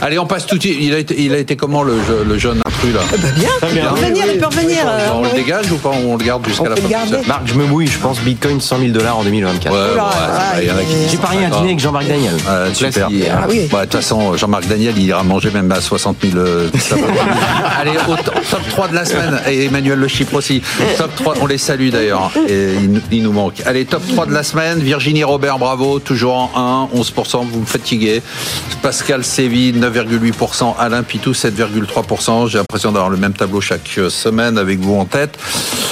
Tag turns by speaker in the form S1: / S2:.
S1: Allez, on passe tout de suite. Il a été, il a été comment le, je- le jeune intrus là
S2: Bah bien, il peut
S1: bien.
S2: revenir, il peut revenir. euh,
S1: On le
S2: Arnaud.
S1: dégage ou pas On le garde jusqu'à
S2: On
S1: la
S2: peut
S1: fin
S2: le garder.
S1: de
S3: Marc, je me mouille, je pense Bitcoin 100 000 dollars en 2024.
S1: Ouais, ouais,
S2: Oula,
S1: ouais,
S2: ouais,
S1: il y en a qui-
S2: il-
S3: J'ai parié un dîner avec Jean-Marc Daniel.
S1: Euh,
S3: Classique.
S1: super.
S2: Ah oui.
S1: Ouais, De toute façon, Jean-Marc Daniel, il ira manger même à 60 000. euh, ça va. Allez, au to- top 3 de la semaine. Et Emmanuel Le Chypre aussi. Top 3, on les salue d'ailleurs. Et il, nous- il nous manque. Allez, top 3 de la semaine. Virginie Robert, bravo. Toujours en 1, 11%. Vous me fatiguez. Pascal Séville, 9,8%. Alain Pitou, 7,3%. J'ai l'impression d'avoir le même tableau chaque euh, semaine avec vous en tête.